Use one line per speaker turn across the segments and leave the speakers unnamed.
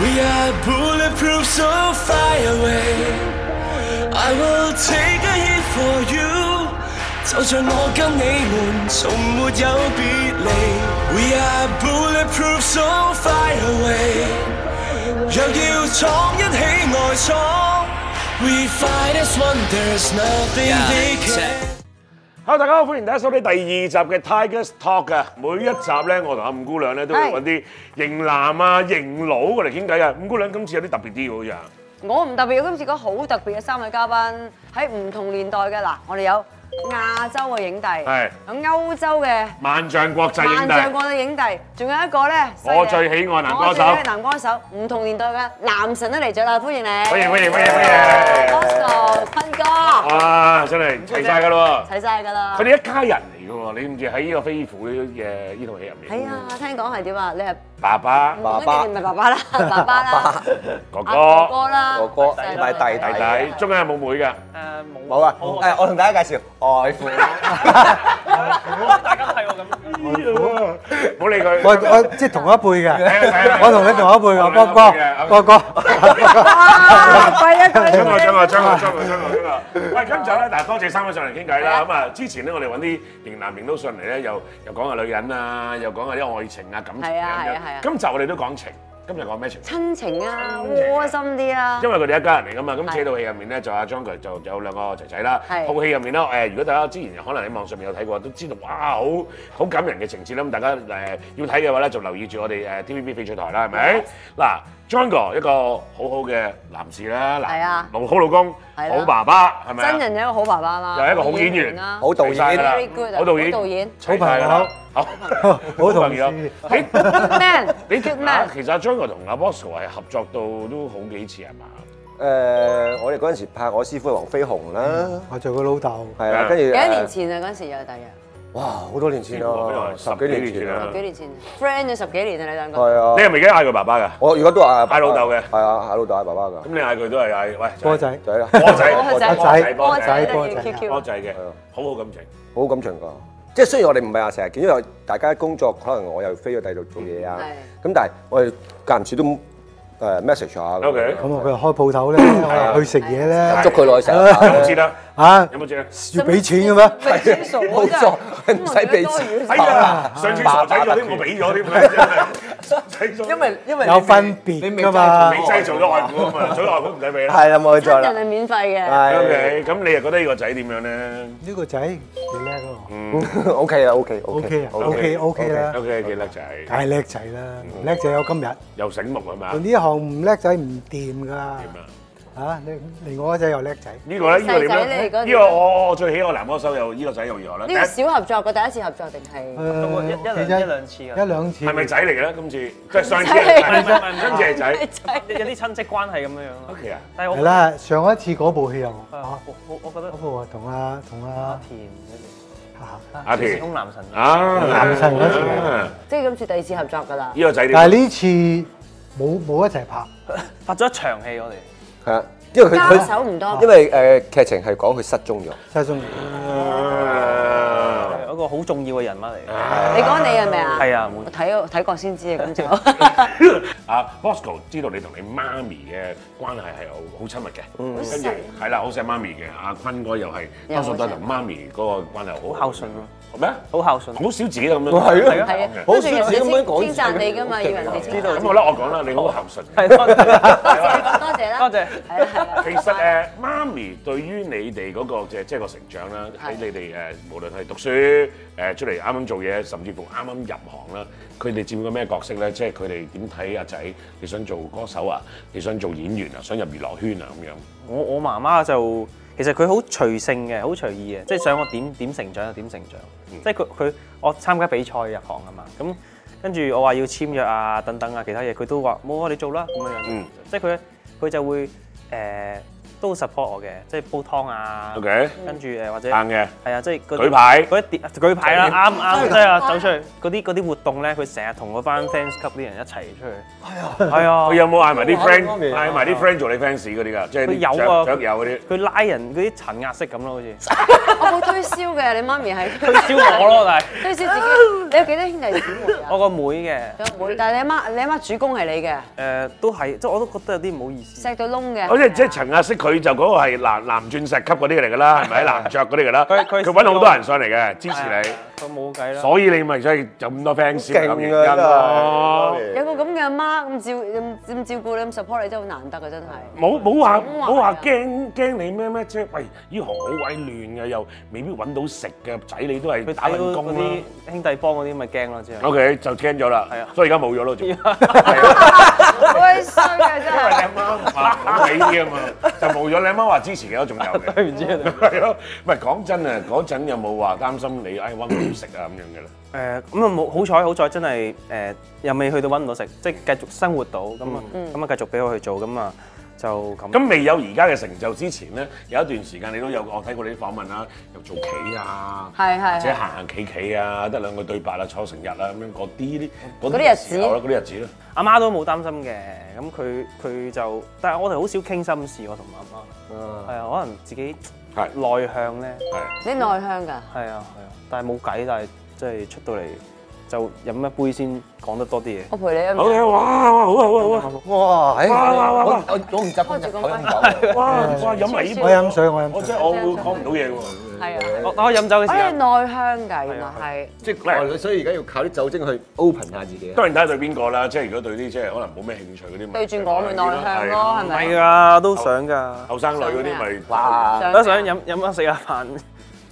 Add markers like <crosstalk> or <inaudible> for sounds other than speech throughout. We are bulletproof, so fly away. I will take a hit for you。就像我跟你們從沒有別離。We are bulletproof, so fly away。若要闖一起外闖，We fight as one, there's nothing they can。
Hello，大家好，歡迎大家收睇第二集嘅 Tigers Talk 啊！每一集咧，我同阿五姑娘咧都會
係
揾啲型男啊、型佬過嚟傾偈啊。五姑娘今次有啲特別啲嘅好似啊，
我唔特別，今次個好特別嘅三位嘉賓喺唔同年代嘅嗱，我哋有亞洲嘅影帝，
係
有歐洲嘅
萬象國際影
萬象
帝，
國嘅影帝，仲有一個咧，犀利
我最喜愛男歌手
我最喜愛男歌手，唔同年代嘅男神都嚟咗啦，歡迎你，歡
歡迎歡迎歡迎歡迎！
Bosco 坤哥，
哇，真係齊晒㗎咯
睇晒㗎啦
喎！佢，哋一家人嚟㗎喎，你知唔知喺呢個飛虎嘅呢套戲入
係
面，
啊，聽講係點啊？你係
爸爸、
爸爸唔係爸
<laughs>
爸啦，爸爸啦，
哥
阿哥
哥、
哥啦，
哥哥
細佬
唔係弟弟
弟弟，中間有冇妹㗎？
冇啊！誒，我同大家介紹外父。
冇理佢，
我我即係同一輩嘅，我同你同一輩嘅，波哥，波哥，
哇貴一
<laughs> 張啊張啊
貴
張啊張啊張啊張啊！喂，今集咧，嗱，多謝三位上嚟傾偈啦。咁啊，之前咧，我哋揾啲型男型都上嚟咧，又又講下女人啊，又講下啲愛情啊、感情
係啊
啊
係啊係啊
咁樣。今集我哋都講情，今日講咩情？
親情啊，窩心啲啊
因。為佢哋一家人嚟噶嘛，咁
係
呢套戲入面咧就阿張佢就有兩個仔仔啦。
係
套戲入面咧，誒如果大家之前可能喺網上面有睇過，都知道哇好好感人嘅情節啦。咁大家誒要睇嘅話咧，就留意住我哋誒 TVB 翡翠台啦，係咪？嗱，John 哥一個好好嘅男士啦，
係啊
嗱，好老公，
係啦
好爸爸，係咪啊？
真人有一個好爸爸啦，
又係一個好演員
啦，
好導演
齊晒㗎啦
Very good 啊
好導演，
好導演
齊晒㗎啦好
<laughs> 好同
朋友
事。
誒
<laughs>
good man，
你
good
啊
man，
其實阿 John 哥同阿 Bosco 係合作到都好幾次係嘛？
<laughs> 誒，我哋嗰陣時拍我師傅黃飛鴻啦，
我做佢老豆，
係啦，跟住幾
幾多年？前啊？嗰陣時有大約
哇，好多年
Ờ,
前啊，十幾年前啊，
十幾年前，friend 咗十幾年啊！你兩個
係啊
你。係咪而家嗌佢爸爸㗎？
我如果都 <laughs> 話
嗌老豆嘅
係啊，嗌老豆嗌爸爸 <laughs> 㗎
咁，你嗌佢都係嗌喂
波仔，
仔啦，
波仔
波
仔
仔
波
波仔
仔
波
波
仔
仔
QQ
波仔嘅
係啊，
好好感情。
好感情㗎。即係雖然我哋唔係話成日見，因為大家工作可能我又飛咗第二度做嘢啊，咁但係我哋間唔時都誒 message 下咁樣
OK
咁啊佢又開鋪頭咧，我又去食嘢咧，
捉佢落去食
有冇知得？
啊
有冇知得？
要俾錢嘅咩？
咩？傻
<laughs> 冇錯，唔使俾錢。
哎呀，上次傻仔咗添，我俾咗添，真係傻仔咗。
因為因為
有分別㗎嘛
美，仔做咗外父啊嘛，做咗外父唔使俾啦。
係啦，冇錯
真
啦
人。係免費嘅，
O
係
K，咁你又覺得呢個仔點樣咧
呢個仔幾叻喎
，OK 啦，OK
，OK 啊，OK OK 啦，
？O K，幾叻仔，
梗係叻仔啦，唔叻仔有今日，
又醒目係嘛？
呢
點
行唔叻仔唔掂㗎，
啊？
嚇你嚟我嗰仔又叻仔，
呢個咧，呢個
細仔
點
咧
咧？
嗰
呢個我我最喜愛男歌手又呢個仔又如何
呢個
咧？
小合作嘅第一次合作定係
誒
一一兩
呃其實
一兩次啊㗎
一兩次
係咪仔嚟嘅咧？今次即係上次，
唔
係唔係唔係唔係
今次係仔。
哎有有啲親戚關係咁樣樣咯
O。K 啊，
但係我
係，啦，上一次嗰部戲又啊
啊，我我我覺得
嗰部啊同阿同阿
田
阿田
空男神
啊，
男神嗰次啊。
啊
<laughs> 即係今次第二次合作㗎啦？
呢個仔點 <laughs>
但
樣？
係呢次冇冇一齊拍，
發咗一場戲我哋。
係啊，因為佢
交手唔
佢
多，
因為誒劇情係講佢失蹤咗，
真係中意。
啊
係一個好重要嘅人物嚟嘅。
你講你係咪啊？
係啊，
我睇睇過先知
<laughs>
啊，咁就
啊，Bosco À, 知道你同你媽咪嘅關係係好好親密嘅，跟住係啦，好錫媽咪嘅。阿坤哥又係
又
多數都係
好錫
同媽咪嗰個關係好
好孝順咯，
係咩？
好孝順。
好少自己咁樣，
係咯
係啊，
好
跟住人哋
少少咁樣講
稱讚你㗎嘛，要人哋稱讚
咁好啦，我講啦，你好孝順嘅。
係多謝
Dạ.
多謝啦，
多謝。
係啊啦，係啦。
其實誒，媽咪對於你哋嗰個即係即係個成長啦，喺你哋誒無論係讀書誒出嚟啱啱做嘢，甚至乎啱啱入行啦，佢哋佔個咩角色咧？即係佢哋點睇阿仔？你想做歌手啊？你想做演員啊？想入娛樂圈啊？咁樣。
我我媽媽就其實佢好隨性嘅，好隨意
嗯
嘅，即係想我點點成長就點成長。即係佢佢我參加比賽入行啊嘛，咁跟住我話要簽約啊等等啊其他嘢，佢都話冇啊你做啦咁樣樣。
嗯
即係佢佢就會誒、呃都 support 我嘅，即係煲湯啊。
OK
跟住誒或者
硬嘅，
係啊，即係嗰啲
舉牌
嗰一啲啊舉牌啦，啱啱即係啊走出去嗰啲嗰啲活動咧，佢成日同嗰班 fans 級啲人一齊出去。係啊，係啊，
佢哦有冇嗌埋啲
哇呢方
friend
面啊
嗌埋啲 friend 做你 fans 嗰啲㗎？即係
佢有
啲
啊，
雀雀友嗰啲。
佢拉人嗰啲層壓式咁咯，好 <laughs> 似
我冇推銷嘅，你媽咪係推
燒我咯，但係
推銷自己。你有幾多兄弟姊妹啊？
我個妹嘅
有妹，但係你阿媽，你阿媽主攻係你嘅，
誒都係，即係我都覺得有啲唔好意思。啊
錫到窿嘅。
好似哦即係陳亞識佢就嗰個係藍藍鑽石級嗰啲嚟㗎啦，係咪藍雀嗰啲㗎啦？
佢佢
佢揾好多人上嚟嘅支持
佢冇計
你，
啦。
所以你咪所以有咁多 fans 咁 Ờ，原因
勁啊真
咯。
係
有個咁嘅阿媽咁照咁咁照顧你咁 support 你真係好難得嘅真係。
冇冇話
冇話
冇話
㗎
驚驚你咩咩啫？喂，依行好鬼亂嘅，又未必揾到食嘅，仔你都係
佢
打
睇
份
到
工啊
嗰
啦
啲。兄弟幫嗰啲咪驚咯，之後
O K 就驚咗啦
係啊，
所以而家冇咗咯，
<laughs>
仲。
好衰嘅真係。
你阿媽話好俾啲啊嘛，就冇咗。你阿媽話支持嘅都仲有
<laughs>
嘅，
唔知啊。
係咯。喂，講真啊，嗰陣有冇話擔心你唉揾唔到食啊咁樣嘅咧？
誒咁啊冇好彩好彩真係誒、呃又未去到揾唔到食，即係繼續生活到咁啊咁啊繼續俾我去做咁啊就咁。
咁未有而家嘅成就之前咧，有一段時間你都有我睇過你啲訪問啦，又做企啊，
係係
或者行行企企啊，得兩個對白啊，坐成日啊咁樣嗰啲啲嗰
嗰啲日子
時候啦，嗰啲日子啦。
阿媽都冇擔心嘅，咁佢佢就，但係我哋好少傾心事，我同阿媽，係啊，可能自己
係
內向咧，
係
你內向㗎，
係啊係啊，但係冇計，但係即係出到嚟就飲一杯先講得多啲嘢。
我陪你啊。
好嘅，哇哇好啊好啊好啊，
哇！唉
哇哇哇
哎我
哇
我我唔習慣日口音
<laughs>
講，
哇哇飲埋呢杯，
我飲水我飲水
我真係我會講唔到嘢喎，
係啊。
我我飲酒嘅
我
時
係
候，
內向㗎，原來係。
即係。
哦所以而家要靠啲酒精去 open 下自己。啊
當然睇下對邊個啦，即係如果對啲即係可能冇咩興趣嗰啲，咪
對住我咪內向咯，
係
係
係
咪？
㗎，都想㗎，啊
後生女嗰啲咪
哇！
想
都想飲飲下食下飯。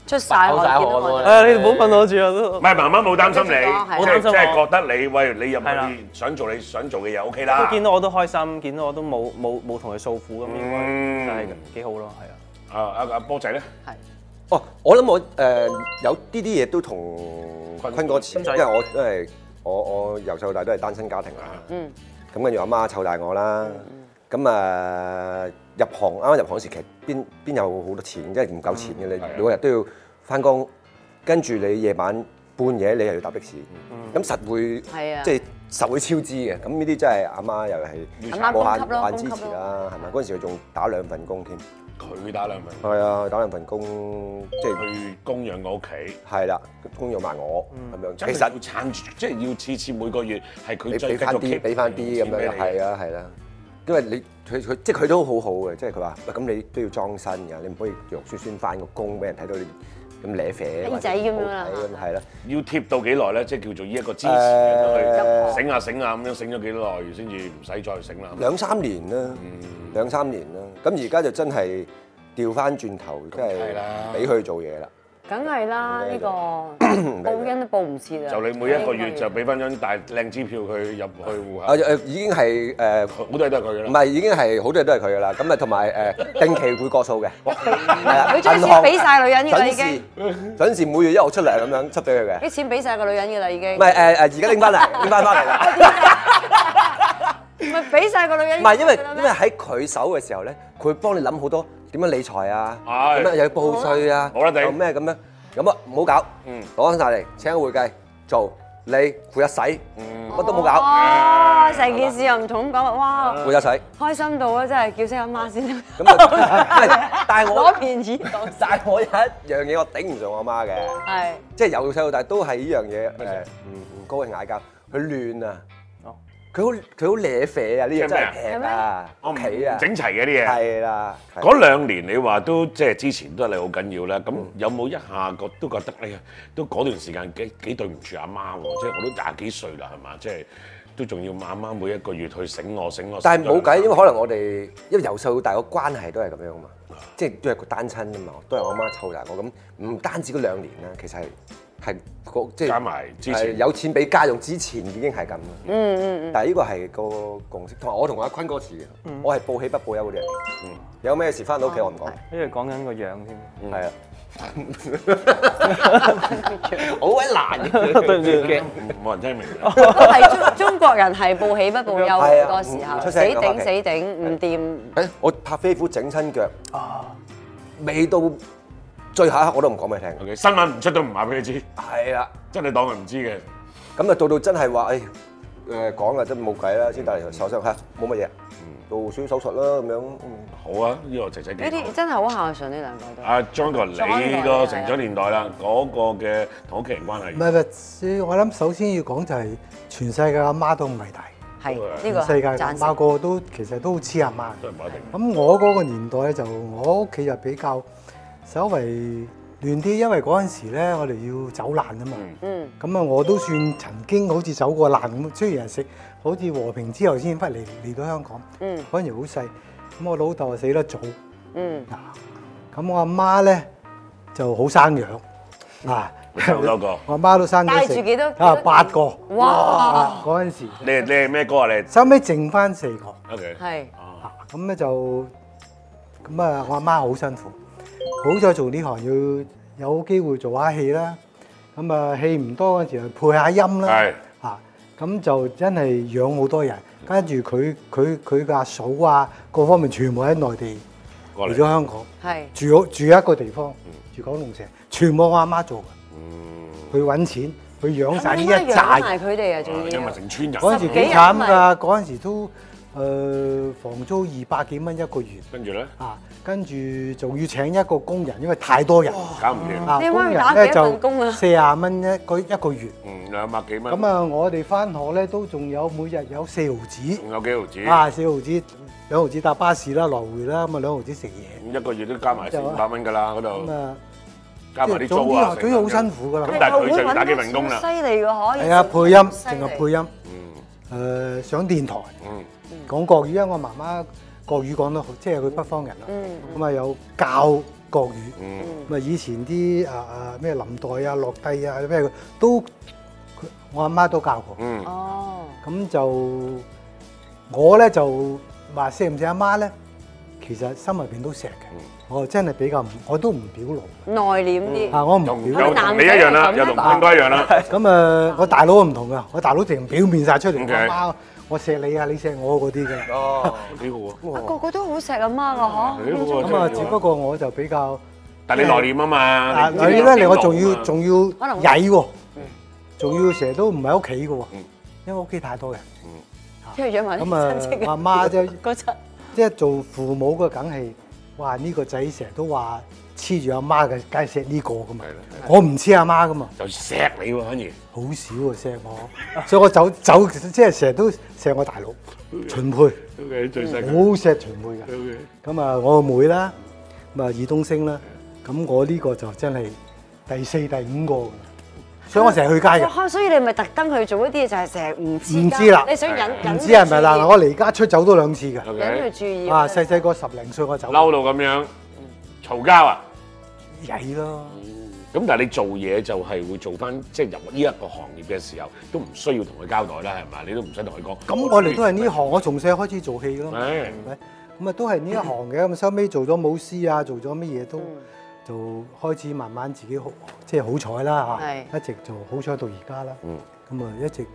出晒我
爆
見到
晒我
我
咯。
誒，你哋唔好問我住啊，都
唔係媽媽冇擔心你，
冇
即係即
擔心我
係覺得你喂你入
係啦
去想做你想做嘅嘢 OK
都
啦。
見到我都開心，見到我都冇冇冇同佢訴苦咁，應
嗯
該真係幾好咯，係
啊
啊。
啊啊波仔咧，
哦，我諗我誒有啲啲嘢都同
坤
坤哥似，因
仔
為我因為我我由細到大都係單身家庭啦。嗯。咁跟住阿媽湊大我啦。咁啊入行啱啱入行嗰時，其實邊邊有好多錢，即係唔夠錢嘅。你
係啊
每個日都要翻工，跟住你夜晚半夜你又要搭的士，咁實會
係啊
即係實會超支嘅。咁呢啲真係阿媽又係
阿媽供
無
給
限無
咯
限
供給
支持
咯
啦，係咪？嗰陣時佢仲打兩份工添，
佢打兩份，
係啊，打兩份工即係。
佢供養我屋企。
係啦，供養埋我咁樣。其
真係要
實
撐住，即係要次次每個月係
你
佢再
俾
繼
翻
續
啲，
keep
俾翻啲咁
錢俾
樣，
你
係。啊，係啦。因為你佢佢即係佢都好好嘅，即係佢話喂咁你都要裝身㗎，你唔可以肉酸酸翻個工俾人睇到你咁舐啡。
仔咁樣啦
或者唔好睇咁係啦。
要貼到幾耐咧？即係叫做呢一個支
誒
持
啊
去醒下醒下咁樣醒咗幾耐先至唔使再醒啦。
兩三年啦，兩三年啦。咁而家就真係調翻轉頭，即
係
係
啦
俾佢做嘢啦。
梗係啦，呢個
俾
報恩都報唔切啊！
就你每一個月就俾翻張大靚支票佢入去戶
啊
口，
誒已經係誒。
好多嘢都係佢㗎
唔
啦。
係已經係好多嘢都係佢噶啦，咁啊同
<laughs>
埋誒定期會過數嘅，係啊
佢將啲
銀行
錢俾晒女人㗎啦已
準
經
時， <laughs> 準時每月一號出糧咁樣出俾佢嘅。
啲錢俾晒個女人嘅啦已經。
唔係誒誒，而家拎翻
<laughs>
嚟，拎翻翻嚟啦。
咪俾晒個女人。
唔係因為因為喺佢手嘅時候咧，佢會幫你諗好多點樣理財啊，
係
咁樣又要報税啊，
好啦頂
又咩咁樣，咁啊唔好搞，攞翻晒嚟請個會計做，你負責使，乜都冇搞，
哦，成件事又唔同咁講，哇！
負責
<laughs>
使。
開心到啊，真係叫聲阿媽先， <laughs>
咁啊，唔係但係我
攞便宜講晒。
但係我有一樣嘢我頂唔順我媽嘅，
係
即係由細到大都係呢樣
嗯
嘢誒，唔唔高興嗌交，佢亂啊
哦，
佢好佢好瀨啡啊，呢
即
嘢
係
真
咩
係
啊
劈啊，
我唔
企啊，
整齊嘅啲嘢。
係啦，係
嗰兩年你話都即係之前都係你好緊要啦，咁
嗯
有冇一下個都覺得哎呀，都嗰段時間幾幾對唔住阿媽喎，即係我都廿幾歲啦，係嘛，即係都仲要阿媽每一個月去醒我醒我。
但係冇計，因為可
能
能我哋因為由細到大個關係都係咁樣啊嘛，即係都係個單親啊嘛，都係我媽湊大我咁，唔單止嗰兩年啦，其實係係個即係
加埋之前
係有錢俾家用之前已經係咁啦。嗯嗯但係呢個係個共識，同埋我同阿坤哥似嘅，
嗯
我係報喜不報憂嗰啲人嚟嘅。有咩事翻到屋企我唔講，
因為講緊個樣添，
係啊，
好鬼難嘅，
對唔住
嘅。
冇人聽明嘅。
都係中中國人係報喜不報憂
係啊
好多時候
唔，出
死
聲講
頂
嘅
死頂唔掂。
誒，我拍飛虎整親腳，未到最後一刻我都唔講俾佢聽。
OK，新聞唔出都唔話俾你知，
係啦，
真係當佢唔知嘅。
咁啊到到真係話誒誒講啦，真冇計啦，先帶嚟手術嚇，冇乜嘢，做小手術啦咁樣。嗯
好啊，呢個仔仔
呢
幾好
啲。真係好孝順，呢兩個都。
阿 À, John 哥，你
John
個
哥
成長年代啦，嗰個嘅同屋企人關係
唔，係唔係，我諗首先要講就係全世界阿媽都唔係大，
係呢個
全世界阿
贊
媽
成。
個個都其實都好似阿媽。
都係唔一定。
咁我嗰個年代咧，就我屋企就比較稍微亂啲，因為嗰陣時咧，我哋要走難啊嘛。
嗯，
咁啊，我都算曾經好似走過難咁，雖然係食好似和平之後先翻嚟嚟到香港，
嗯
嗰陣時好細。咁我老豆啊死得早，啊
嗯，
咁我阿媽咧就好生養啊，
好多個
我阿媽都生咗
帶
四
住幾多
啊八個，
哇，
啊嗰陣時，
你係你係咩歌啊？你
收尾剩翻四個。
OK
係
啊咁咧就咁啊，我阿媽好辛苦，好在做呢行要有機會做下戲啦。咁啊，戲唔多嗰陣時候配下音啦
係。
啊，咁就真係養好多人。跟住佢佢佢嘅阿嫂啊，各方面全部喺內地
過
嚟咗
嚟。嗯
香港，
係
住好住一個地方，住九龍城，全部我阿媽做嘅。去揾錢，去養晒呢一
咁養
紮人。
埋佢哋啊，仲
因為
要
成村人，
嗰陣時幾
十幾人
慘
啊
㗎，嗰陣時都誒、呃房租二百幾蚊一個月。
跟住咧
啊，跟住仲要請一個工人，因為太多人。
搞唔掂，
啊
你媽咪打幾多份工啊
四廿蚊一個一個月。
嗯兩百幾蚊，
咁啊，我哋翻學咧都仲有每日有四毫子，
仲有幾毫子，
啊四毫子兩毫子搭巴士啦，來回啦，咁啊兩毫子食嘢，
咁一個月都加埋四五百蚊㗎啦，嗰
咁
度
啊
嗯加埋
即
啲
係總
租
之
啊，
總之好辛苦㗎啦
咁但係佢就要打幾份工啦
犀，利㗎可以。
係啊配音，
犀利
淨係配音，誒上電台講國語，因為我媽媽國語講得好，即係佢北方人啦，咁啊有教國語。
嗯，
咁啊，以前啲啊啊咩林黛啊、落帝啊咩佢都，佢我阿媽都教過。
嗯
哦，
咁就我咧就話錫唔錫阿媽咧，其實心入邊都錫嘅。我真係比較唔，我都唔表露
內斂啲。
啊，我唔
同
表
有
露。
同你一樣啦，有同坤哥一樣啦，
咁啊，我大佬唔同噶，我大佬淨表面晒出嚟，
OK
我阿媽我錫你啊，你錫我嗰啲嘅。
哦，
幾好喎，
個個都好錫阿媽㗎
幾好喎，
咁啊，
真係
只不過我就比較
但你內斂啊嘛，
啊，
你知道
女咧
你
嚟我仲
邊
要
度啊嘛
仲要
可能
曳喎，仲要成日都唔喺屋企嘅喎
嗯，
因為屋企太多人。
嗬，因為養埋啲
咁啊
親戚，
我阿媽即係
<laughs> 嗰陣
即係做父母嘅，梗係哇呢個仔成日都話黐住阿媽嘅，梗係錫呢個噶嘛。我唔黐阿媽噶嘛，
就錫你喎，反而。
好少啊錫我，所以我走走即係成日都錫我大佬
嗯
秦沛，好
OK，最細佢。
錫秦沛嘅。
OK，
咁啊，我個妹啦，咁啊，爾冬升啦，咁我呢個就真係第四、第五個㗎啦，所以我成日去街嘅。
哇所以你咪特登去做一啲嘢，就係成日唔知
唔
㗎
知啦
你想引引
唔知係咪啦？
佢注意
我離家出走都兩次嘅。
引佢注意
啊，細細個十零歲我走，
嬲到咁樣，嘈交啊！
曳咯。
咁但係你做嘢就係會做翻，即係入呢一個行業嘅時候，都唔需要同佢交代啦，係咪？你都唔使同佢講。
咁我哋都係呢行，我從細開始做戲咯，
係
係咪？咁啊都係呢一行嘅，咁收尾做咗舞師啊，做咗乜嘢都就開始慢慢自己好，即係好彩啦
係
嚇，一直就好彩到而家啦。
嗯
咁啊一直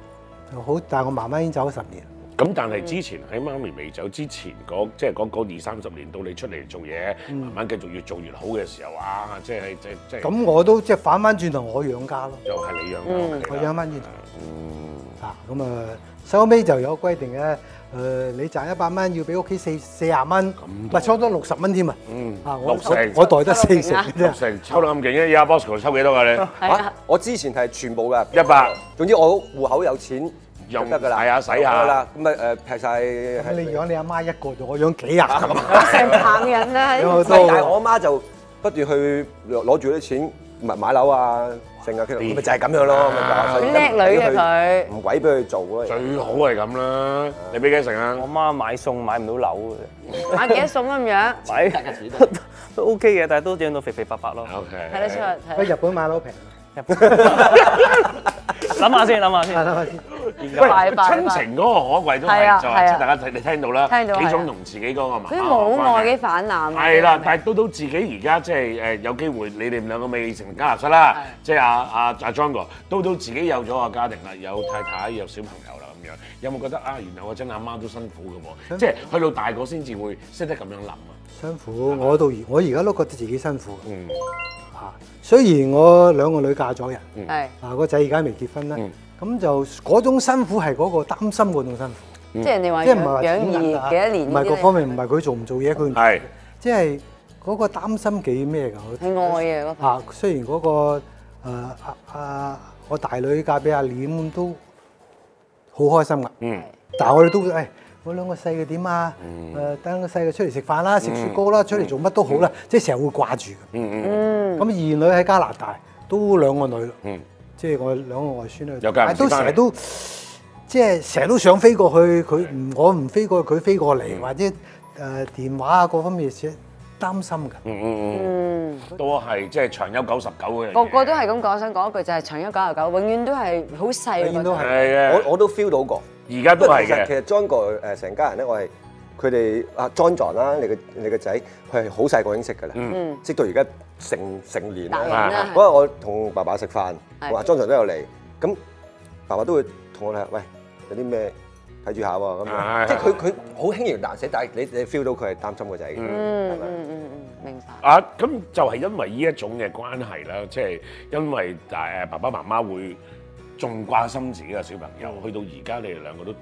就好，但係我媽媽已經走咗十年。
咁但係之前喺媽咪未走之前嗰即係嗰嗰二三十年到你出嚟做嘢，慢慢繼續越做越好嘅時候啊，即係即係即係
嗯咁我都即係反翻轉頭，我養家咯，
就係你養啊緊屋企
我
啦
養翻轉頭。啊，咁啊收尾就有規定嘅。誒、你賺一百蚊要俾屋企四四廿蚊，唔係初多六十蚊添啊！啊，我
六成
我我袋得四成嘅啫。
成抽到咁勁，一阿 Bosco 抽幾多
<laughs>
㗎
係
啊
啊，！
我之前係全部㗎，
你？一百。
總之我户口有錢
用
就得㗎啦，
係啊使下
用得㗎啦，咁啊誒劈晒
咁
喺
你養你阿媽一個啫，我養幾廿個
<laughs> 成棚人啊，
<laughs> 有好
唔係
多
但係我媽就不斷去攞住啲錢買買樓啊，成啊，咪就係咁樣咯，咪就係
好叻女嘅佢，
唔鬼俾佢做啊咯。
最好係咁啦，你俾幾成啊？
我媽買餸買唔到樓嘅，
買幾多餸咁
<laughs>
樣，
買都 OK 嘅，但係都養到肥肥白白咯。
OK，
睇得出啊睇得出
啊去日本買樓平，
諗下先，諗下先。
睇下先。
喂，
拜拜
親情嗰個可貴都
係啊
係就係
係啊
即係大家你聽到啦，
聽到
幾
係啊
種同自己嗰個文化
嗰啲母愛
有關
嘅
係
反濫啊
係啦，
係咪
但係到到自己而家即係誒有機會，你哋兩個未成家立室啦，即係阿阿阿 John 哥，到到自己有咗個家庭啦，有太太有小朋友啦咁樣，有冇覺得啊？原來我真係阿媽都辛苦嘅喎，即係去到大個先至會識得咁樣諗啊！
辛苦，我到而我而家都覺得自己辛苦。嗯，嚇，雖然我兩個女嫁咗人，
係，
嗱個仔而家未結婚啦，咁就嗰種辛苦係嗰個擔心嗰種辛苦。
即係你話
即係唔係話
養
錢銀
兒
啊
幾多年？
唔係各方面，唔係佢做唔做嘢，佢唔
係
即係嗰個擔心幾咩㗎？我
係愛嘅嗰份
啊，雖然嗰、個呃啊啊我大女嫁俾阿廉都好開心㗎，
嗯，
但係我哋都誒。我兩個細嘅點啊？誒、等個細嘅出嚟食飯
嗯
啦，食雪糕啦，出嚟做乜都好啦，即係成日會掛住嘅。嗯咁二女喺加拿大都兩個女啦。
嗯
即係我兩個外孫啦。
有間唔時
但係都
翻嚟
成日都即係成日都想飛過去，佢唔我唔飛過去，佢飛過
嗯
嚟，或者誒、呃、電話啊各方面嘢擔心㗎。
嗯嗯嗯，都係即係長休九十九嘅樣嘢，
個個都係咁講，我想講一句就係長休九十九，永遠都係好細。
永遠都係
係
我
嘅，
我都 feel 到過。
而家都係
其實其
嘅，
實 John 哥誒成家人咧，我係佢哋啊 John John 啦，你個你個仔，佢係好細個已經識㗎啦，
嗯啊
識到而家成成年
大人
啦
啦
係。
嗰日我同爸爸食飯，
係
我話 John John 都有嚟，咁爸爸都會同我哋話：喂，有啲咩睇住下喎咁
係
樣。即係佢佢好輕描淡寫，但係你你 feel 到佢係擔心個仔嘅，係咪？
嗯嗯嗯，明白。
啊，咁就係因為呢一種嘅關係啦，即係因為誒爸爸媽媽會仲關心自己嘅小朋友，
嗯
去到而家你哋兩個都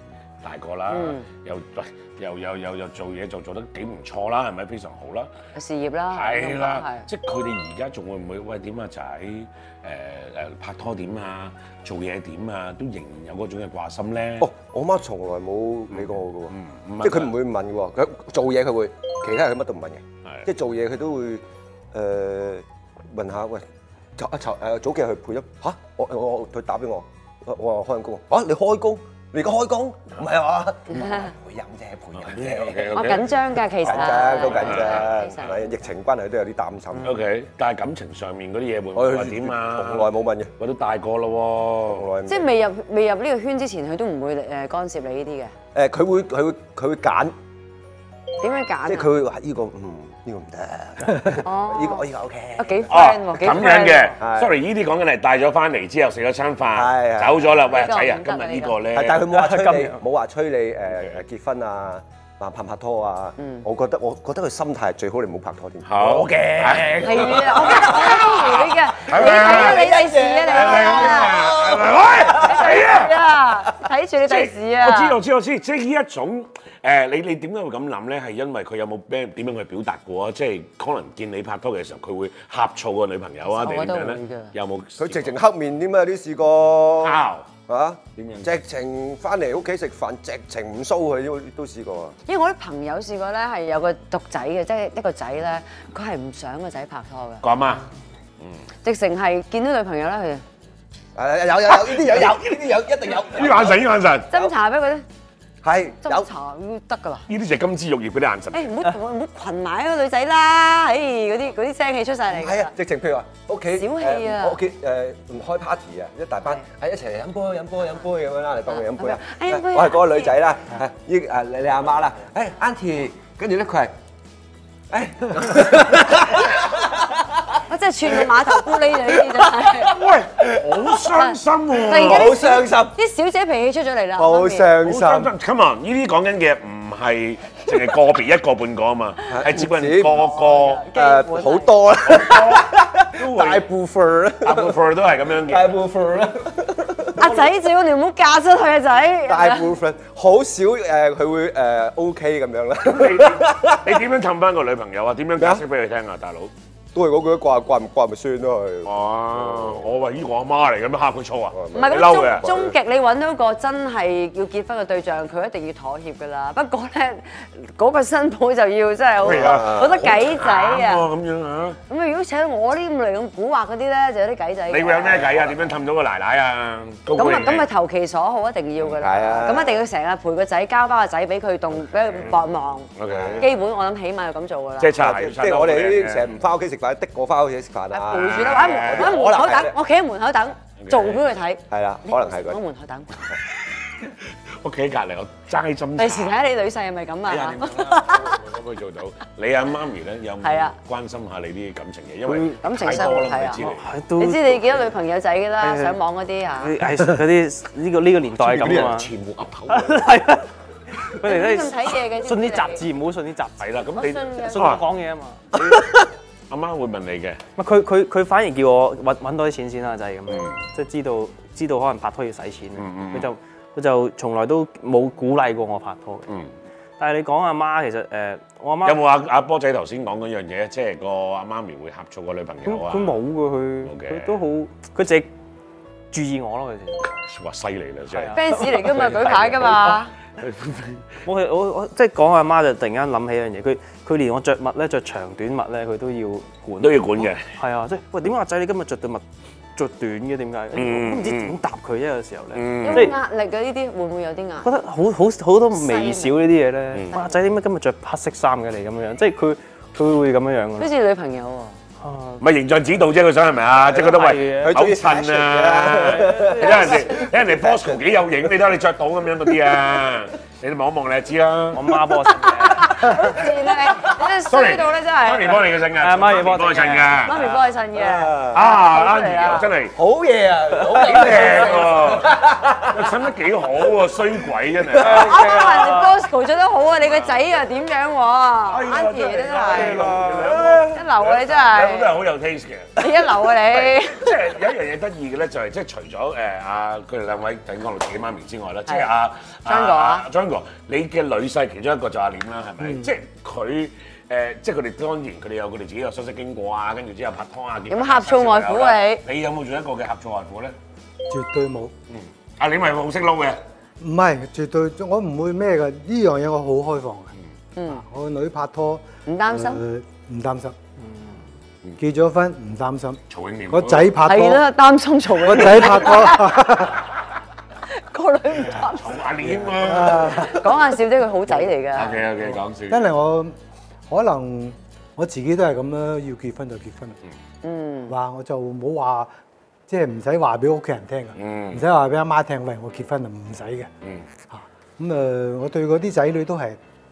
大個啦，又喂又又又又做嘢就做得幾唔錯啦，係咪非常好啦？
事業
啊
啦，
係啦，
係
即係佢哋而家仲會唔會喂點啊仔？誒誒拍拖點啊？做嘢點啊？都仍然有嗰種嘅掛心咧。
哦，我媽從來冇理過我嘅
嗯唔
喎，即係佢唔會問嘅喎，佢做嘢佢會，其他佢乜都唔問
係
嘅，即係做嘢佢都會誒、呃、問下喂，就啊就誒早幾日去配咗吓，我我我佢打俾我，我我話開緊工啊，你開工？你而家開工？唔
<laughs>
係啊嘛，配音
<laughs>
啫，配音啫，
我緊張㗎，其實
緊張都緊
其
張，係咪
實
疫情關係都有啲擔心，
O K，但係感情上面嗰啲嘢會唔
我
會話點啊？
從來冇問嘅，
喂，都大個咯喎
從。來冇
即係未入未入呢個圈之前，佢都唔會誒干涉你呢啲嘅。
誒佢會佢會佢會揀。
點樣揀啊？
即係佢會話呢個嗯呢個唔得， <laughs> 呢個呢個 OK。
啊幾
哦
friend 喎，幾
咁樣
friend
嘅
係
，sorry，呢啲講緊係帶咗翻嚟之後食咗餐
係
飯，
係
走咗啦。喂，
呢個
仔啊，
唔得
今
啊
日呢
呢個
個咧，
但係佢冇話催
今
你
日，
冇話催你誒誒結婚啊，話拍唔拍拖啊。我覺得我覺得佢心態最好，你唔好拍拖添。
好
我嘅
係
係啊，我覺得我都會嘅。你睇啊，你第時啊，你啊，
係咪喂，係啊！
係啊，睇住你
即係
第時啊。
我知道，我知道，我知道，即係呢一種誒，你你點解會咁諗咧？係因為佢有冇咩點樣去表達過啊？即係可能見你拍拖嘅時候，佢會呷醋個女朋友啊，定
我
點
覺得
樣
會㗎
咧？有冇？
佢直情黑面添啊，有啲試過
拗
啊，
點樣
直情翻嚟屋企食飯，直情唔蘇佢都都試過啊。
因為我啲朋友試過咧，係有個獨仔嘅，即係一個仔咧，佢係唔想個仔拍拖嘅，
講阿媽，
直情係見到女朋友咧，佢
誒有有有呢啲有有呢啲有一定有。
呢眼神，呢眼神，
就斟茶俾佢咧，
係
斟
有
茶得㗎啦。
呢啲就係金枝玉葉嗰啲眼神。
誒唔好唔好群埋嗰個女仔啦，誒嗰啲嗰啲聲氣出晒嚟㗎
係啊
啦，，
直情譬如話屋企
小氣啊
誒我屋企誒唔開 party 啊，一大班係一齊嚟飲杯飲杯飲杯咁樣啦，你幫佢飲杯啊
哎呀！杯啊
我係嗰個女仔啦，誒依誒你你阿媽啦，誒 Auntie，跟住咧佢係
我真係串到碼頭咕喱你呢啲真係。
喂，好傷心
突
喎
然！間
好傷心，
啲小姐脾氣出咗嚟啦，
好傷
好
心，
真 Come on，呢啲講緊嘅唔係淨係個別一個半個啊嘛，係接近個
à?
個
誒好多啦，
都
<laughs> 大
會
部分啦，
大部分都係咁樣
大
嘅。
部分啦，
阿仔，最好你唔好嫁出去啊仔。
大部分好少誒佢會誒 OK 咁樣啦，
<laughs> 你你點樣氹翻個女朋友啊？點樣解釋俾佢聽啊，大佬？
都係嗰句掛掛唔掛咪算咯
Ờ,
佢，
哦，我話依個阿媽嚟嘅咩？嚇佢醋啊？
唔係
你嬲
咁
嘅
終終極，你揾到個真係要結婚嘅對象，佢一定要妥協㗎啦。不過咧，嗰個新抱就要真係
係
好
啊
好多計仔
啱
啊。
喎咁樣啊！
咁如果請我呢咁嚟咁古惑嗰啲咧，就有啲計仔嘅。
你會有咩計啊？點樣氹到個奶奶啊？高高
咁啊
興，
咁啊
興
投其所好一定要㗎
係
啦
啊，
咁一定要成日陪個仔，交翻個仔俾佢動，俾佢博望。
OK
基本我諗起碼要咁做㗎啦。
即係擦鞋，
即係我哋呢啲成日唔翻屋企食飯，的我翻屋企食飯
À,
啊，
陪住啦，
Dạ,
我喺門我喺門口等，我企喺門口等，做俾佢睇。
係啦，可能係佢
我喺。門口等，
屋企隔離，我齋斟茶。
第時睇下你女婿係咪咁
睇下
啊
點？ <laughs> 樣啦，可唔可以做到？你阿媽咪咧有
係啊
冇關心下你啲感情嘢？因為
感情
太
生
多
活
啦，
係
咪
啊
知你。
都
你知你幾多女朋友仔㗎啦，
係
上網嗰啲啊，
係嗰啲呢個呢個年代係咁啊嘛，
全部噏頭。
係啊，佢哋咧
你咁睇嘢嘅知唔知
信啲
你
雜誌，唔好信啲雜誌，
係啦，咁
信
你
嘅
信我講嘢啊嘛。
阿媽會問你嘅，
唔係佢佢佢反而叫我揾揾多啲錢先啦，就係咁樣，即係知道知道可能拍拖要使錢，佢就佢就從來都冇鼓勵過我拍拖嘅。但係你講阿媽其實誒，我阿媽
有冇阿阿波仔頭先講嗰樣嘢，即係個阿媽咪會呷醋個女朋
佢
友啊？
佢冇嘅，佢
冇嘅
佢都好，佢自己注意我咯，佢哋。
哇，犀利啦，真
係啊
係。
fans 嚟㗎嘛，舉牌㗎嘛，
我係我我即係講阿媽就突然間諗起一樣嘢，佢佢連我着襪咧着長短襪咧，佢都要管，
都要管嘅。
係啊，即係喂點解阿仔你今日着對襪着短嘅點解？
嗯
我唔知點答佢啫，有時候
有
咧，即
冇
係
壓力嘅呢啲會唔會有啲壓力？
覺得好好好多微小呢啲嘢咧。
嗯
哇阿仔點解今日着黑色衫嘅你咁樣？即係佢佢會咁樣樣嘅
好
咯。
似女朋友喎。
唔係形象指導啫，佢想係咪啊？即係覺得喂，
係
佢
好
中意
襯啊！睇人哋睇人哋 Bosco 幾有型，你睇你着到咁樣嗰啲啊！你哋望一望你就知啦
我。媽
<laughs>
幫我食嘅，
你真係
Sorry，À.
衰到咧真
媽咪
係，
幫你嘅襯㗎，
係媽咪幫
幫
我
你襯㗎。
媽咪幫你襯嘅，
啊，
好犀利啊
啱真係
好嘢啊！好
幾靚喎，又襯得幾好喎，衰鬼真係。
啱啱話人哋 Bosco 做得好啊，你個仔啊點樣喎？Auntie 真係一流啊！你真
兩個都係
係，
好有 taste 嘅。
你一流
<laughs>
啊你！
即係有一樣嘢得意嘅咧，就係即係除咗誒阿佢哋兩位等講到自己媽咪之外咧，即係阿阿
Jungle 啊
Jungle，你嘅女婿其中一個就阿廉啦，係咪？即係佢誒，即係佢哋當然佢哋有佢哋自己嘅相識經過啊，跟住之後拍拖啊，有
冇呷醋外父啊
你？你有冇做一個嘅呷醋外父咧？
絕對冇，唔
阿廉係咪好識撈嘅？
係絕對，我唔會咩嘅。呢樣嘢我好開放嘅。嗯，我女拍拖
唔擔心
誒唔擔心。嗯，結咗婚唔擔心。
曹永廉
個仔拍
係
拖，
啦，擔心嘈 <laughs>
個仔拍拖， <laughs>
個女唔擔心。
同阿廉啊。
講下笑啫，佢好仔嚟㗎。
OK OK，講笑
因。為我可能我自己都係咁啦，要結婚就結婚。嗯，話我就唔好話，即係唔使話俾屋企人聽啊嘅，唔使話俾阿媽聽，喂，我結婚啊，唔使嘅。嗯，咁誒，我對嗰啲仔女都係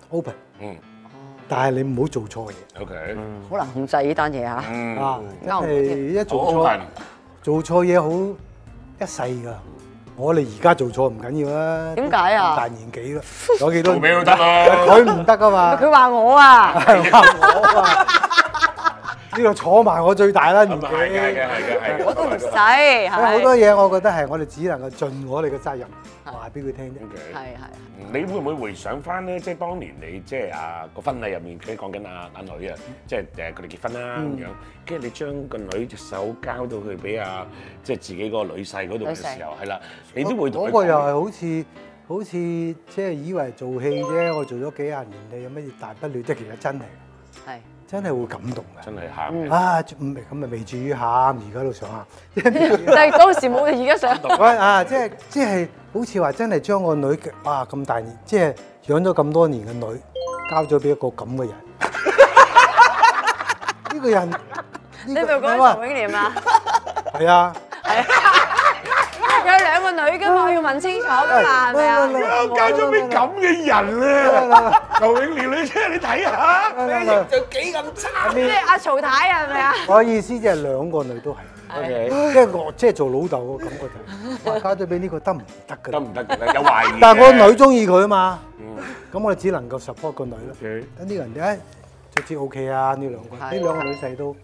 open。
嗯，
哦
但係你唔好做錯嘢
OK，
好難控制呢單嘢嚇，
啊！真
啱
係
好啊
一做錯
open，
做錯嘢好一世㗎。我哋而家做錯唔緊要啦，
點解啊
大年紀
<laughs>
啦，有幾多
做咩都得啦。
佢唔得噶嘛，
佢話我啊，
係話我啊！呢度坐埋我最大啦年
咁啊係嘅係
紀，
嘅係嘅係嘅。
我都唔使係。
所以好多嘢我覺得係我哋只能夠盡我哋嘅責任話俾佢聽啫。
OK
係係。
你會唔會回想翻咧？即係當年你即係啊個婚禮入面，佢講緊阿阿女啊，即係誒佢哋結婚啦咁樣，跟住你將個女隻手交到去俾阿即係自己個女婿嗰度嘅時候，係啦，你都會同佢
嗰個又
講
係好似好似即係以為做戲啫，我做咗幾廿年，你有乜嘢大不了啫？其實真係
係
真係會感動嘅。
真係喊嘅，
啊，唔係咁咪未至於喊，而家都想喊。
但係當時冇而家想
喂啊，即係即係，好似話真係將個女嘅哇咁大年，即係養咗咁多年嘅女，交咗俾一個咁嘅
<laughs>
人。呢個人，
你
你
咪講緊曹永廉啊？
係啊，
有兩個女㗎嘛，我要問清楚㗎嘛，係咪啊？
交咗俾咁嘅人咧，劉永年你即係你睇下，
就幾咁差。
即係阿曹太啊，係咪啊？
我意思即係兩個女都係，即係我即係做老豆嘅感覺
<laughs>
就係，哇交咗俾呢個得唔得
得
㗎啦？
唔得嘅咧？有懷疑。
但係我女中意佢啊嘛，咁我哋只能夠 support 個女啦。
OK
等呢個人咧，直接 OK 啊，呢兩個呢兩個女仔都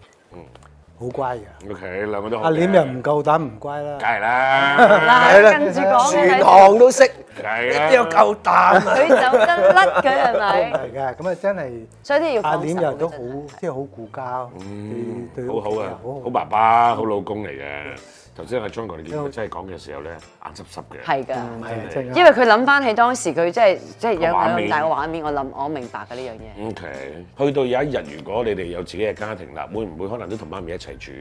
好乖嘅。
，OK，兩個都好嘅。
阿廉又唔夠膽唔乖啦
梗。係啦，
嗱，跟住講嘅
全
哦係
行都識，
梗係啊啦
邊有夠膽
<laughs>
啊？
佢走得甩嘅係咪？
係嘅，咁啊真係
所以都要放
阿
手
廉又都好
真係，
即係好顧家，對
好好啊，好爸爸，好老公嚟嘅。頭先阿 John 哥你見佢真係講嘅時候咧，眼濕濕嘅。
係㗎。
係真
因為佢諗翻起當時佢即係即係有
個畫
咁
面嗯
大個畫面，我諗我明白嘅呢樣嘢。
O K，去到有一日，如果你哋有自己嘅家庭啦，會唔會可能都同媽咪一齊住，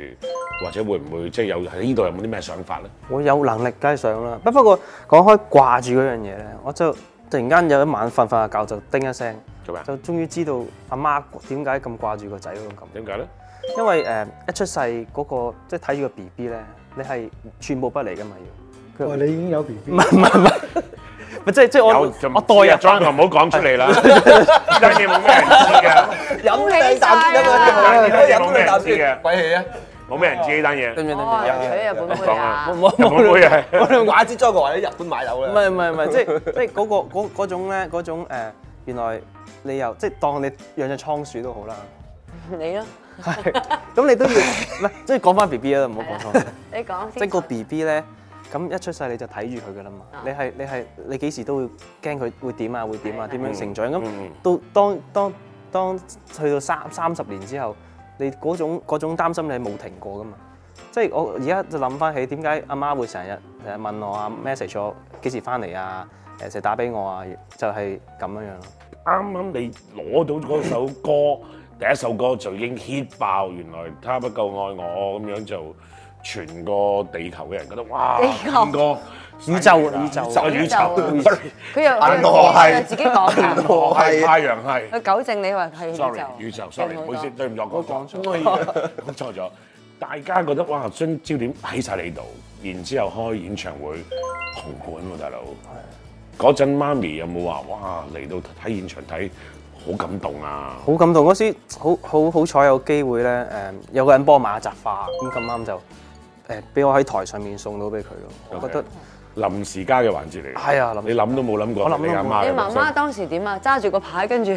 或者會唔會即係有喺呢度有冇啲咩想法咧？
我有能力梗係想啦。不不過講開掛住嗰樣嘢咧，我就突然間有一晚瞓瞓下覺就叮一聲
做咩，啊
就終於知道阿媽點解咁掛住個仔嗰種感覺。
點解咧？
因為誒、一出世嗰、個即係睇住個 B B 咧，你係寸步不離噶嘛要。
哦，你已經有 B B，
唔係唔係唔係，咪 <laughs> 即係即係我
有
我代入
裝就唔好啊講出嚟啦，呢單嘢冇咩人知嘅，
飲兩啖先得
呢 <laughs>
哦
啦，
單嘢
飲
冇
兩
咩人
啖
知
先，
嘅，
鬼氣啊！
冇咩人知呢單嘢。
點樣點
哦，
樣？
除咗日本妹
講
啊
啊，
我
日本妹啊，
我哋雅之災過話喺日本買樓
唔
咧，
係唔係唔係，即係即係嗰個嗰嗰種咧嗰種誒，原來你又即係當你養隻倉鼠都好啦，
你咯，
係
<laughs>
咁你都要唔係即係講翻 B B 啊啦，唔好講倉鼠。
你講
即係
先。
個 B B 咧，咁一出世你就睇住佢噶啦嘛。你係你係你幾時都會驚佢會點啊會點啊點樣成長咁。到當當當去到三三十年之後，你嗰種嗰種擔心你係冇停過噶嘛。即係我而家就諗翻起點解阿媽會成日成日問我啊 message 我幾時翻嚟啊誒成日打俾我啊，就係咁樣樣咯。
啱啱你攞到嗰首歌，第一首歌就已經 hit 爆，原來他不夠愛我咁樣就全個地球嘅人覺得哇，
地球
邊個
宇宙啊宇宙
啊宇宙
宇宙啊
宇宙，sorry，
佢又佢又
我係
佢又自己講㗎，
<laughs> 我係啊太陽系。
佢糾正你話係宇宙。
sorry，宇宙，sorry，
勁好
唔
多
好意思，對唔住，我講錯，講錯咗。大家覺得哇，將焦點喺晒你度，然之後開演唱會紅館喎，大佬。嗰陣媽咪有冇話哇嚟到睇現場睇好感動啊？
好感動嗰時，好好好彩有機會咧，誒、有個人幫我買一扎花，咁咁啱就誒俾、我喺台上面送到俾佢咯。我覺得
臨時加嘅環節嚟嘅，
係啊臨時
你諗都冇諗過，
我諗都
你阿
冇
媽
你
嘅
媽
角色
媽當時點啊？揸住個牌，跟住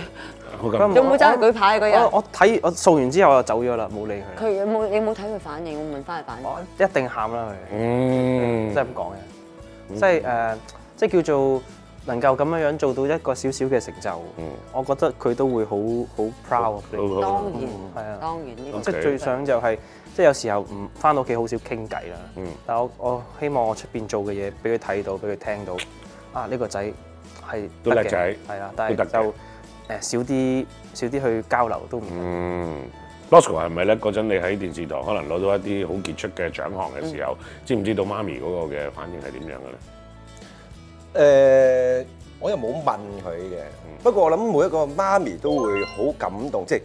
好感動
有冇揸住舉牌嗰
我
日？
我睇我掃完之後我就走咗啦，冇理佢啦。
佢有冇你有冇睇佢反應？我問翻佢反應。
一定喊啦佢，
嗯
真係咁講嘅，即係誒、呃即係叫做能夠咁樣樣做到一個小小嘅成就，我覺得佢都會好好 proud of 你。
嗯好好
當
係啊
然，當然呢個
即係最想就係、即係有時候唔翻到屋企好少傾偈啦。
嗯
但係我我希望我出邊做嘅嘢俾佢睇到，俾佢聽到。啊，呢、個仔係
都叻
得嘅
仔
係啦，但係
都
就
得嘅
誒少啲少啲去交流都唔得。
嗯 Bosco 係咪咧？嗰陣你喺電視台可能攞到一啲好傑出嘅獎項嘅時候，知唔知道媽咪嗰個嘅反應係點樣嘅咧？
誒，我又冇問佢嘅，
嗯
不過我諗每一個媽咪都會好感動，即係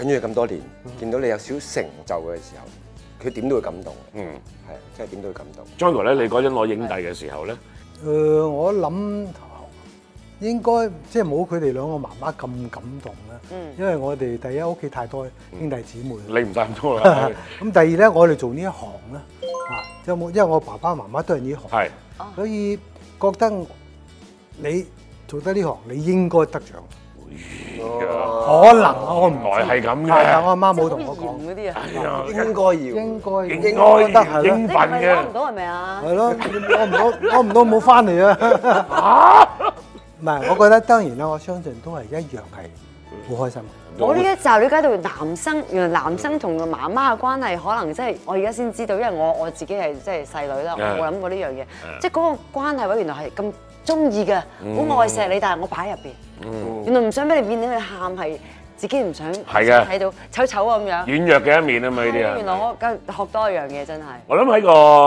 養咗佢咁多年，
嗯
見到你有少少成就嘅時候，佢點都會感動，
嗯。
係即係點都會感動。
Johnny 咧，你嗰陣攞影帝嘅時候咧，
誒，我諗應該即係冇佢哋兩個媽媽咁感動啦，因為我哋第一屋企太多兄弟姊妹啦。
你唔使咁多啦，
咁第二咧，我哋做呢一行咧，啊，有冇？因為我爸爸媽媽都係呢行，
係
所以覺得你做得呢行，你應該得獎。可能啊我唔
來係咁
知，係啊但
嘅，
我阿媽
即係
冇
好
同我講，
嚴嗰啲啊，
應該要，
應該
應該
得係
應
咯，
你唔
份
係攞唔
嘅，
到係咪啊？
係咯，攞唔到攞唔到冇翻嚟啊！唔係，我覺得當然啦，我相信都係一樣係好開心嘅。
啊
我呢一集了解到男生原來男生同個媽媽嘅關係，可能即係我而家先知道，因為我我自己係即係細女啦，我
嗯
冇諗過呢樣嘢，即係嗰個關係位原來係咁中意嘅，
嗯
好愛錫你，但係我擺喺入邊，原來唔想俾你見到佢喊係自己唔想
係嘅
睇到醜醜咁樣。哎
軟弱嘅一面啊嘛，呢啲
原來
啊。
我學多一樣嘢真係。
我諗喺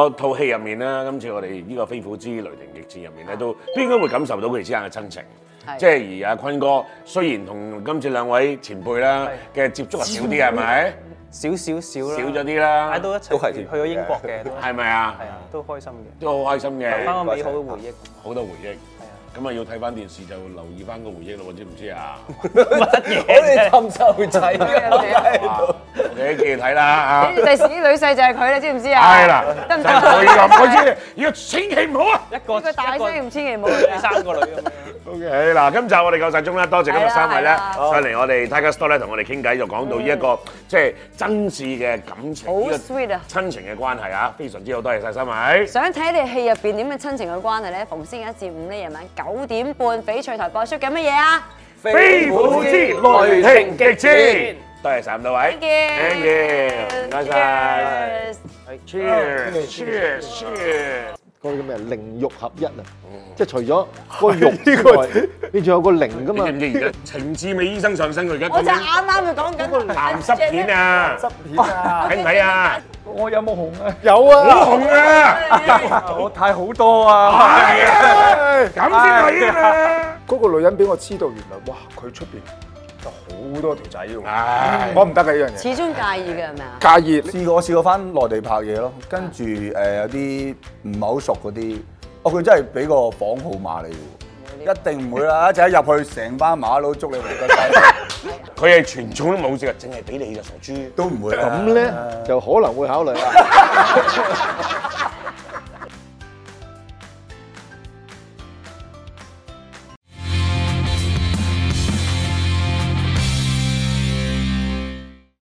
個套戲入面咧，今次我哋呢個《飛虎之雷霆極戰》入面咧，都都應該會感受到佢哋之間嘅親情。
係
即係而阿坤哥雖然同今次兩位前輩啦嘅接觸係少啲，係咪？
少啊少少啦，
少咗啲啦
喺，到一齊
都係
去咗英國嘅，都
<laughs> 係
係
咪啊？
啊，都開
<laughs>
心嘅，
都好開心
留翻個
嘅，
美好嘅回憶。
好多回憶。咁啊，要睇翻電視就留意翻個回憶咯，知唔知啊？
我哋氹細仔啊
哇，OK，記啊住睇啦啊！
第時啲女婿就係佢啦，知唔知啊？
係啦，
得唔得？
我要咁，我知你，要千祈唔好啊！
一個
呢個大聲唔千祈唔好
一個第三個女咁樣。
OK，嗱，今集我哋夠晒鐘啦，多謝今日三位咧
係啦係
上嚟我哋 Tiger Store 咧同我哋傾偈，就講到呢一個即係真摯嘅感情，
好
呢個
sweet 啊
親情嘅關係啊，非常之好，多謝晒三位。
想睇你戲入邊點嘅親情嘅關係咧？逢星期一至五咧夜晚九點半，翡翠台播出緊乜嘢啊？
飛虎之雷霆極戰，多謝晒咁多位
Thank you，
，thank you，唔該晒
Cheers
，cheers，cheers，cheers。
嗰啲咁嘅靈肉合一啊，即係除咗個肉之外，你仲有個靈噶嘛？
你知唔知而家程志美醫生上身，佢而家
我
咁
就
樣
啱啱就講緊
鹹濕片，啊，
片啊！
睇唔睇啊？
我有冇紅啊？有啊！
好紅啊！
<laughs>
我太好多啊！
係啊，咁先係啊
嗰個女人俾我知道，原來哇，佢出邊有好多條仔喎！
唉
我唔得嘅呢樣嘢。
始終介意嘅係咪啊？
介意
試過試過翻內地拍嘢咯，
呃
跟住誒有啲唔係好熟嗰啲，哦佢真係俾個房號碼你喎，
嗰啲。
一定唔會啦！一陣一入去，成班馬佬捉你回歸歸，
佢係全種都冇食嘅，啊淨係俾你就傻豬。
都唔會啦。
咁咧就可能會考慮啦。